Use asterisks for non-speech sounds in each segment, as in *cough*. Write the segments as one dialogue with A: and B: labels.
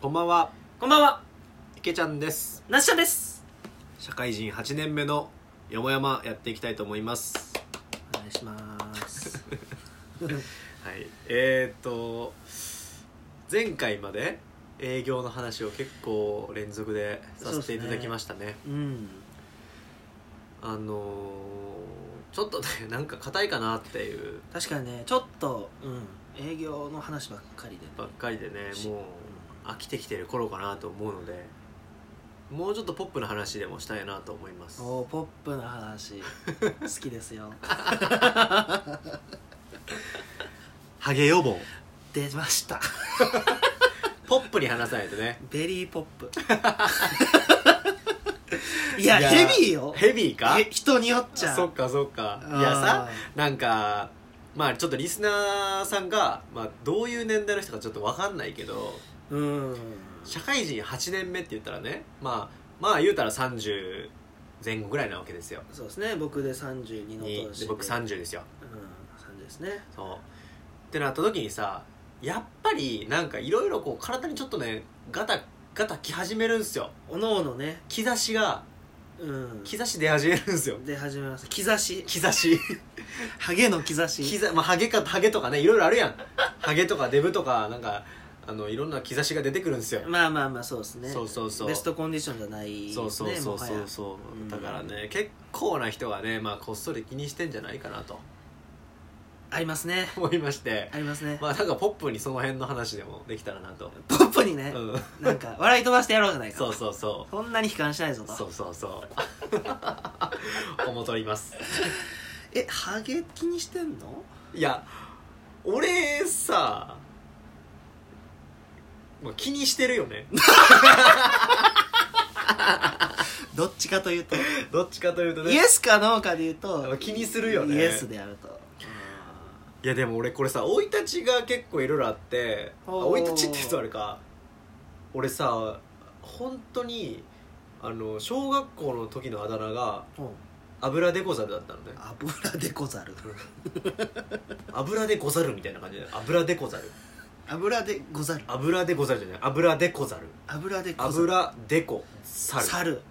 A: こんばんは、
B: こんばんは、
A: 池ちゃんです。
B: なっしゃんです。
A: 社会人8年目のよもやまやっていきたいと思います。
B: お願いします。
A: はい、えー、っと、前回まで営業の話を結構連続でさせていただきましたね。
B: うん。
A: あのー、ちょっとね、なんか硬いかなっていう
B: 確かにね、ちょっと、うん、営業の話ばっかりで、
A: ばっかりでね、
B: し
A: もう飽きてきてる頃かなと思うので、もうちょっとポップな話でもしたいなと思います。
B: おーポップな話好きですよ
A: ハゲ予防。
B: 出ました
A: ポップに話さないとね。
B: ベリーポッ
A: *laughs*
B: プいや
A: いや
B: ヘビーよ
A: ヘビーか
B: え人によっちゃ
A: そっかそっか
B: うん
A: いやさなんかまあちょっとリスナーさんが、まあ、どういう年代の人かちょっと分かんないけど
B: うん
A: 社会人8年目って言ったらねまあまあ言うたら30前後ぐらいなわけですよ
B: そうですね僕で32の
A: に
B: 年
A: で僕
B: うん、
A: 30ですよ
B: 30ですね
A: そうってなった時にさやっぱりなんかいろいろこう体にちょっとねガタガタき始めるんすよ
B: おのおのね
A: 兆しが
B: うん
A: 兆し出始めるんすよ
B: で始めます兆し
A: 兆し
B: ハゲの兆し
A: 膝、まあ、ハゲかハゲとかねいろいろあるやんハゲとかデブとかなんかあのいろんな兆しが出てくるんですよ、
B: まあまあまあそうですね
A: そうそうそう
B: ベストコンディションじゃないですね
A: そうそうそうそう
B: う
A: そううんだからね結構な人がね、まあ、こっそり気にしてんじゃないかなと
B: ありますね
A: 思いまして
B: *laughs* ありますね
A: まあなんかポップにその辺の話でもできたらなと、
B: ポップにね、
A: うん、
B: なんか笑い飛ばしてやろうじゃないか
A: そうそうそ
B: そんなに悲観しないぞ
A: うそ
B: と
A: うそうそう思うと *laughs* ります
B: えハゲ気にしてんの
A: いや俺さ、まあ、気にしてるよね *laughs*
B: どっちかというと
A: どっちかというとね
B: イエスかノーかで言うと
A: 気にするよね
B: イエスであると
A: いやでも俺これさ生い立ちが結構いろいろあってあ
B: お
A: 生
B: ー
A: い立ちって言うとあれか俺さ本当にあの小学校の時のあだ名が
B: うん
A: 油でござるだったのね
B: 油でござる
A: 油でござるみたいな感じで油でござる
B: 油でござる
A: 油でござるじゃない油でござる
B: 油でござる
A: 油でこ猿
B: 猿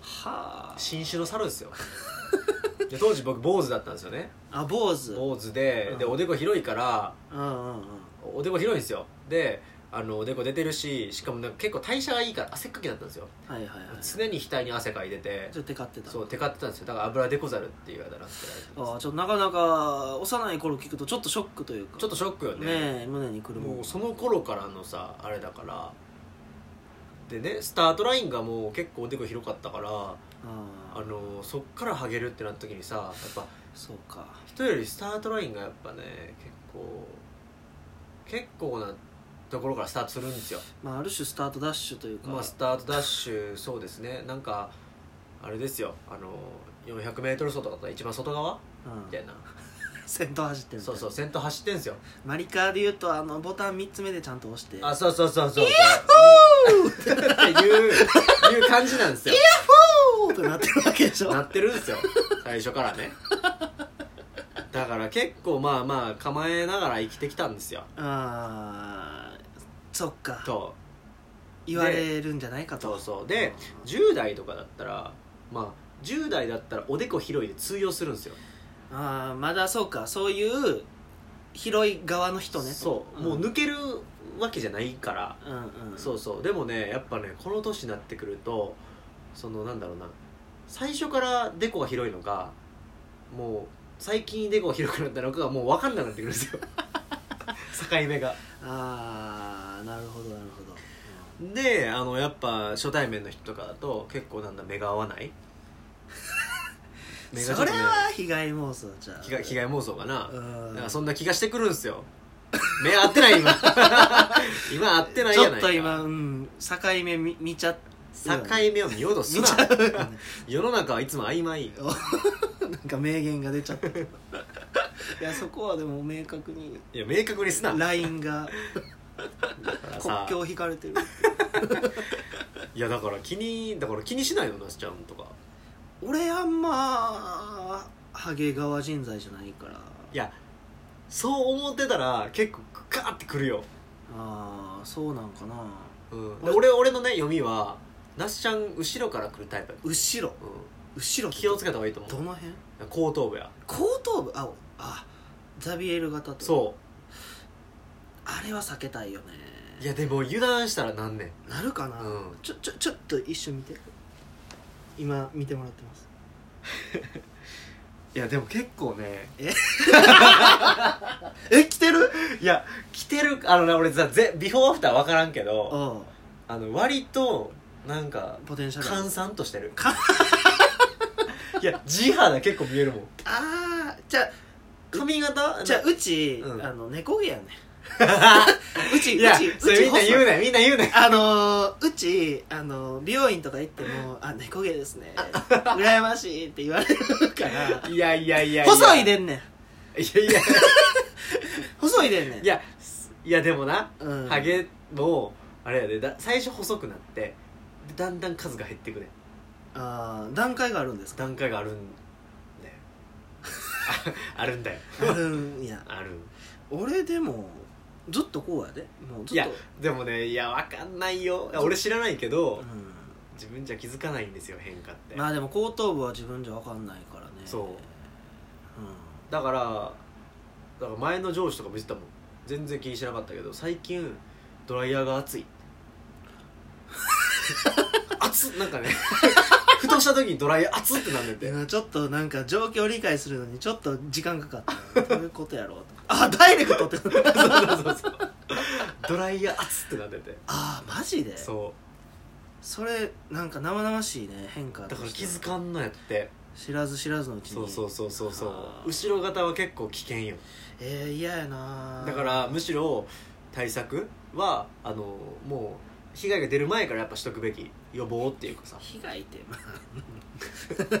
A: はあ新種の猿ですよで当時僕坊主だったんですよね
B: あ坊主
A: 坊主でで
B: うん
A: おでこ広いから
B: うんうんうん
A: おでこ広いんですよであのおでこ出てるししかもなんか結構代謝がいいから汗っかきだったんですよ
B: はいはいはいちょ
A: 常に額に汗かいてて
B: っとテカってた
A: そうテカってたんですよだから油でこざるっていうあだ名つけられて
B: あ
A: ま
B: ーちょっとなかなか幼い頃聞くとちょっとショックというか
A: すちょっとショックよね
B: ねえ胸にくるもん
A: もうその頃からのさあれだからでねスタートラインがもう結構おでこ広かったから
B: あ
A: あ
B: あ
A: のそっからハゲるってなった時にさやっぱ
B: そうか
A: 人よりスタートラインがやっぱね結構結構なところからスタートするんですよ
B: まあある種スタートダッシュというか、
A: まあ、スタートダッシュそうですねなんかあれですよあの 400m 走とかだったら一番外側
B: うん
A: みたいな
B: 先頭走ってるみ
A: そ
B: たいうな
A: そう先頭走ってんすよ
B: マリカーで言うとあのボタン3つ目でちゃんと押して
A: あそうそうそうそうそうっていういう感じなんですよ
B: おーってなってるわけでし
A: *laughs*
B: ょ
A: なってるんですよ最初からねだから結構まあまあ構えながら生きてきたんですよ
B: あーそっか
A: と
B: 言われるんじゃないか
A: そ
B: と
A: うそうで10代とかだったらまあ10代だったらおでこ広いで通用するんですよ
B: ああまだそうかそういう広い側の人ね
A: そう、
B: ん
A: もう抜けるわけじゃないから、
B: うんうん
A: そうそうでもねやっぱねこの年になってくるとそのなんだろうな最初からデコが広いのかもう最近デコが広くなったのかがもう分かんなくなってくるんです
B: *laughs*
A: よ境目が
B: ああなるほどなるほど、
A: であのやっぱ初対面の人とかだと結構なんだ目が合わない
B: *laughs*
A: 目がちょ
B: そ
A: っ
B: れ
A: とね
B: は被害妄想じゃん
A: 被害被害妄想かな、
B: うん
A: なんかそんな気がしてくるんですよ目合って
B: *laughs*
A: ない今今合ってない
B: ち
A: や
B: ょ
A: な
B: っ
A: いか
B: と今、うん、境目見見ちゃ
A: 境目を見ようとす
B: 見ちゃ
A: な
B: うよね
A: 世の中はいつも曖昧
B: なんか名言が出ちゃった
A: *laughs*
B: いやそこはでも明確に
A: いや明確にすな
B: ラインが国
A: さ
B: 境を引かれてる
A: いやだから気にだから気にしないよなすちゃんとか
B: 俺あんまハゲ川人材じゃないから
A: いやそう思ってたら結構ガーってくるよ
B: ああそうなんかな
A: うん、で俺俺のね読みは那須ちゃん後ろから来るタイプや、
B: 後ろ
A: う
B: 後ろ
A: ん、気をつけた方がいいと
B: ど
A: 思う
B: の辺
A: 後頭部や
B: 後頭部あおあザビエル型とう
A: そ
B: あれは避けたいよね
A: ういやでも油断したらなんねん
B: なるかな、
A: うん
B: ちょちょちょっと一瞬見て今見てもらってます
A: いやでも結構ね *laughs*
B: え来てる
A: いや着てるあのな俺さぜビフォーアフター分からんけど
B: あ
A: あの割となんか
B: ポテンシャル
A: 閑散としてる *laughs* いや地肌結構見えるもん
B: ああじゃあ
A: 髪型
B: じゃあ
A: な
B: うち、
A: うん
B: あの猫
A: *laughs*
B: 毛やねうち
A: いや
B: うちう
A: それ
B: ち
A: みんな
B: 細い
A: 言うなよみんな言うなよ
B: あのーうち、あのー美容院とか行っても「あ猫毛ですね羨ましい」って言われるか
A: *laughs*
B: ら
A: いやいやいや
B: 細いでんねん
A: いやいや
B: 細いでんねん
A: いやすいやでもな、
B: うん
A: ハゲもあれやでだ最初細くなってでだんだん数が減ってくね
B: あー段階があるんですか
A: 段階があるんだよ *laughs* ああるんだよ
B: あるんや
A: ある
B: 俺でもずっとこうやでもうず
A: い
B: っ
A: や
B: と
A: でもねいやわかんないよいや俺知らないけど、
B: うん
A: 自分じゃ気づかないんですよ変化って、
B: まあでも後頭部は自分じゃ分かんないからね
A: そう
B: う
A: だからだから前の上司とか見てたもん全然気にしなかったけど最近ドライヤーが熱
B: *laughs*
A: い熱っなんかねふとした時にドライヤー熱ってなんねん
B: んで
A: て
B: もちょっとなんか状況を理解するのにちょっと時間かかったどういうことやろうとあダイレクトって
A: そうそうそうドライヤー熱ってなんねんて
B: ああマジで
A: そ
B: それなんか生々しいね変
A: う
B: 化と
A: だから
B: して
A: 気づかんのやって
B: 知らず知らずのうちに
A: そうそうそうそうそう
B: あー
A: 後ろ型は結構危険よ
B: えー、嫌やな
A: だからむしろ対策はあのもう被害が出る前からやっぱしとくべき予防っていうかさ
B: 被害ってまあ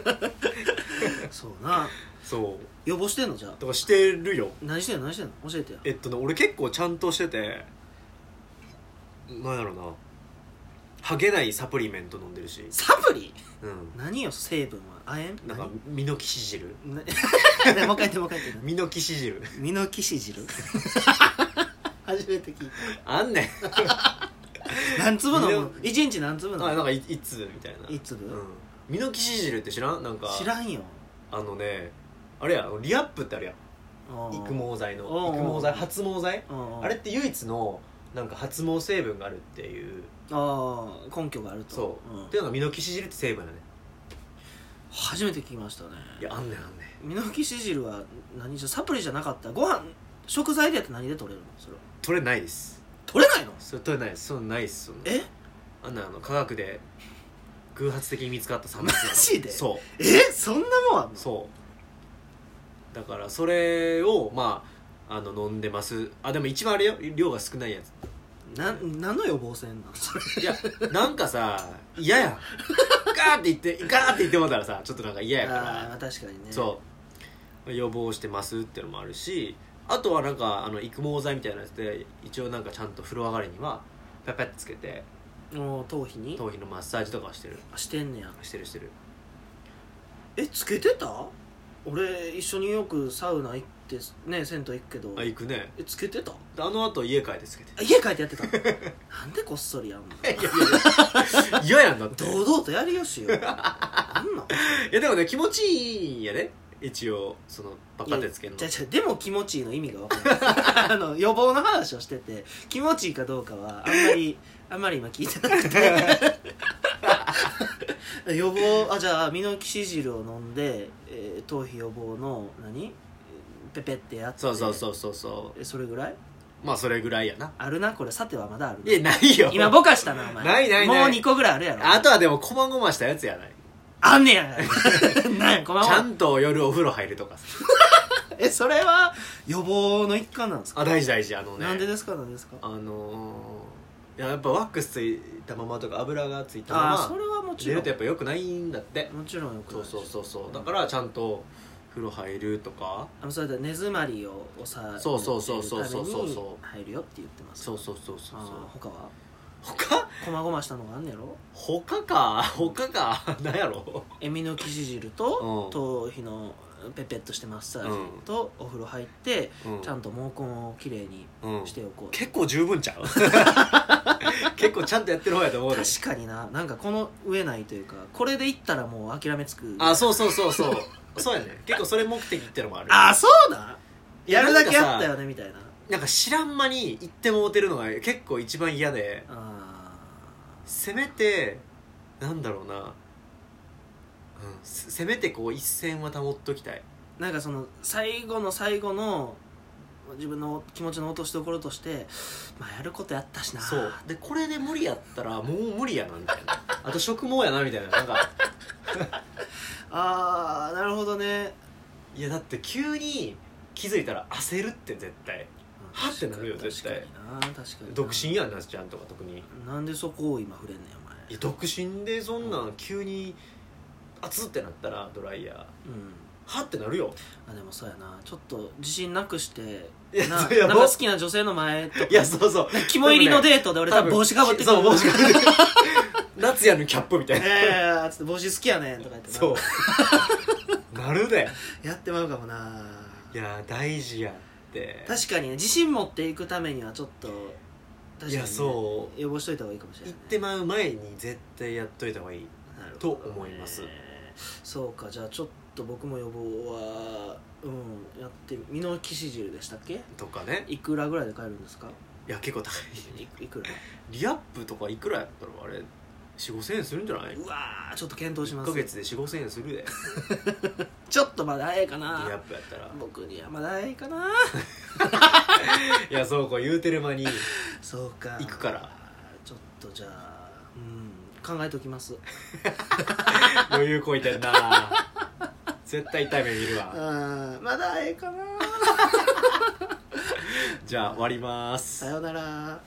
B: そうな
A: そう
B: 予防してんのじゃあ
A: とかしてるよ
B: 何してんの何してんの教えてよ
A: えっとね俺結構ちゃんとしててなんやろなハゲないサプリメント飲んでるし
B: サプリ
A: うん
B: 何よ成分は亜鉛
A: なんかミノキシ汁
B: 何 *laughs* なねもう一回言ってもう一回言って
A: ミノキシ汁
B: ミノキシ汁 *laughs* 初めて聞い
A: あんねん
B: た何粒
A: ミ
B: 飲
A: ノ
B: む一日何粒
A: あ
B: 飲
A: なん
B: む
A: かいいつみたいな
B: 一粒、
A: うんミノキシ汁って知らんなんか
B: 知らんよ
A: あのねあれやリアップってあるやん育
B: 育
A: 毛剤の
B: おう
A: 育
B: おう
A: 毛剤発毛剤あ
B: あ
A: れって唯一のなんか発毛成分があるっていう
B: ああ根拠があると
A: そう、
B: ん
A: っていうのがミノキシ汁って成分やね
B: 初めて聞きましたね
A: いやあんねんあんねん
B: ミノキシ汁は何じゃサプリじゃなかったご飯食材でやって何で取れるのそれは
A: 取れないです
B: 取れないの
A: それ取れないですそんなないっすそんな
B: え
A: あんなあの科学で偶発的に見つかった産物
B: マジで
A: そう
B: えそんなもんあんの
A: そうだからそれをまああの飲んでますあでも一番あれよ量が少ないやつ
B: な何の予防線なのそれ
A: いやなんかさ嫌やんガーって言ってガーって言ってもうたらさちょっとなんか嫌やから
B: ああ確かにね
A: そう予防してますってのもあるしあとはなんかあの育毛剤みたいなやつで一応なんかちゃんと風呂上がりにはペペってつけて
B: もう頭皮に
A: 頭皮のマッサージとかはしてる
B: あしてんねや
A: してるしてる
B: えつけてた俺一緒によくサウナ行ってね銭湯行くけど
A: あ行くね
B: えつけてた
A: であのあと家帰ってつけて
B: あ家帰ってやってた *laughs* なんでこっそりやんの *laughs*
A: 嫌やんだって
B: 堂々とやり
A: *laughs*
B: よしよなんなん
A: いやでもね気持ちいいんやね一応そのパカってつけるの
B: じゃじゃでも気持ちいい *laughs* の意味が分からないあの予防の話をしてて気持ちいいかどうかはあんまりあんまり今聞いてな *laughs* くて予防あじゃあミノキシ汁を飲んで、えー頭皮予防の何ペペってやって
A: そうそうそうそうそ
B: えそれぐらいう
A: まあそれぐらいやな
B: あるなこれさてはまだある
A: いやないよ
B: 今ぼかしたなお前
A: ないないない
B: もう2個ぐらいあるやろ
A: あとはでもこまごましたやつやない
B: あんねや *laughs* なんやこま
A: ちゃ
B: ま
A: んと夜お風呂入るとかさ
B: えそれは予防の一環なんですか
A: あ大事大事あのね
B: なんでですかなんですか
A: あのー、いややっぱワックスついたままとか油がついた
B: ああ
A: ま
B: そ
A: ま
B: れはもち
A: 出
B: ろ
A: る
B: ん
A: とやっぱ良くないんだって
B: もちろんよく
A: そ
B: ないう
A: そうそう
B: う
A: そ
B: ん
A: うだからちゃんと風呂入るとか
B: あのそれで根詰まりを抑え
A: そうそうそうそうそうそう
B: るために入るよって言ってます
A: そうそうそうそう
B: あー
A: そう
B: 他は
A: 他
B: こまごましたのがあんねやろ
A: 他か他かなんやろ
B: エミの生地汁
A: う
B: と
A: ん
B: 頭皮のペペッとしてマッサージとお風呂入って
A: うん
B: ちゃんと毛根をきれいに
A: うん
B: *laughs* しておこう
A: 結構十分ちゃう結結構ちゃんとやってる方やと思うで
B: 確かにななんかこの上ないというかこれでいったらもう諦めつく
A: あそうそうそうそうそうやね結構それ目的ってのもある
B: あそうだや
A: や
B: る
A: る
B: だ
A: だ
B: け
A: け
B: あ
A: あ
B: っ
A: ったた
B: よ
A: よ
B: ねみたいな
A: なんか知らん間に行ってもうてるのが結構一番嫌で
B: あ
A: せめてなんだろうな、うん、せせめてこう一線は保っときたい
B: ーなんかその最後の最後の自分の気持ちの落としどころとしてまあやることやったしな
A: そうでこれで無理やったらもう無理やなみたいなあと植毛やなみたいななんか
B: あーなるほどね
A: いやだって急に気づいたら焦るって絶対はってなるよ絶対
B: 確かにな確かにな
A: 独身やんなっちゃんとか特に
B: なんでそこを今触れんねんお前
A: いや独身でそんなん急に熱ってなったらドライヤー
B: うん
A: はってなるよ
B: あでもそうやなちょっと自信なくして
A: いや
B: な
A: そうや
B: なん
A: も
B: か
A: う
B: 好きな女性の前とか
A: いやそうそう
B: 肝入りのデートで俺多分帽子かぶってくる
A: そう帽子かぶって
B: *laughs*
A: くる夏やのにキャップみたいな、
B: ええつって帽子好きやねんとか言ってな
A: そう
B: *laughs*
A: なるで
B: やってまうかもない
A: や大事やって
B: 確かにね自信持っていくためにはちょっと確かに、
A: いやそう
B: 予防しといた方がいいかもしれな
A: 行
B: い、
A: っ
B: ね、
A: てまう前に絶対やっといた方がいい
B: なるほ
A: と
B: どね
A: 思います
B: そうかじゃあちょっと僕も予防はうんやって身の騎士汁でしたっけ
A: とかね
B: いくらぐらいで買えるんですか
A: いや結構高い
B: いいくら
A: リアップとかいくらやったらあれ4 5千円するんじゃないう
B: わーちょっと検討し
A: 1
B: ます
A: ヶ月で4 5千円するでリ
B: ちょっとまだ早いか
A: アッ
B: な
A: プやったら
B: 僕にはまだ早いかない
A: やそうこう言うてる間に
B: そうか
A: 行くから
B: ちょっとじゃあうん考えておきます
A: 余裕こいてんな絶対痛い目見るわ
B: うんまだええかな
A: じゃあ終わります
B: *laughs* さよなら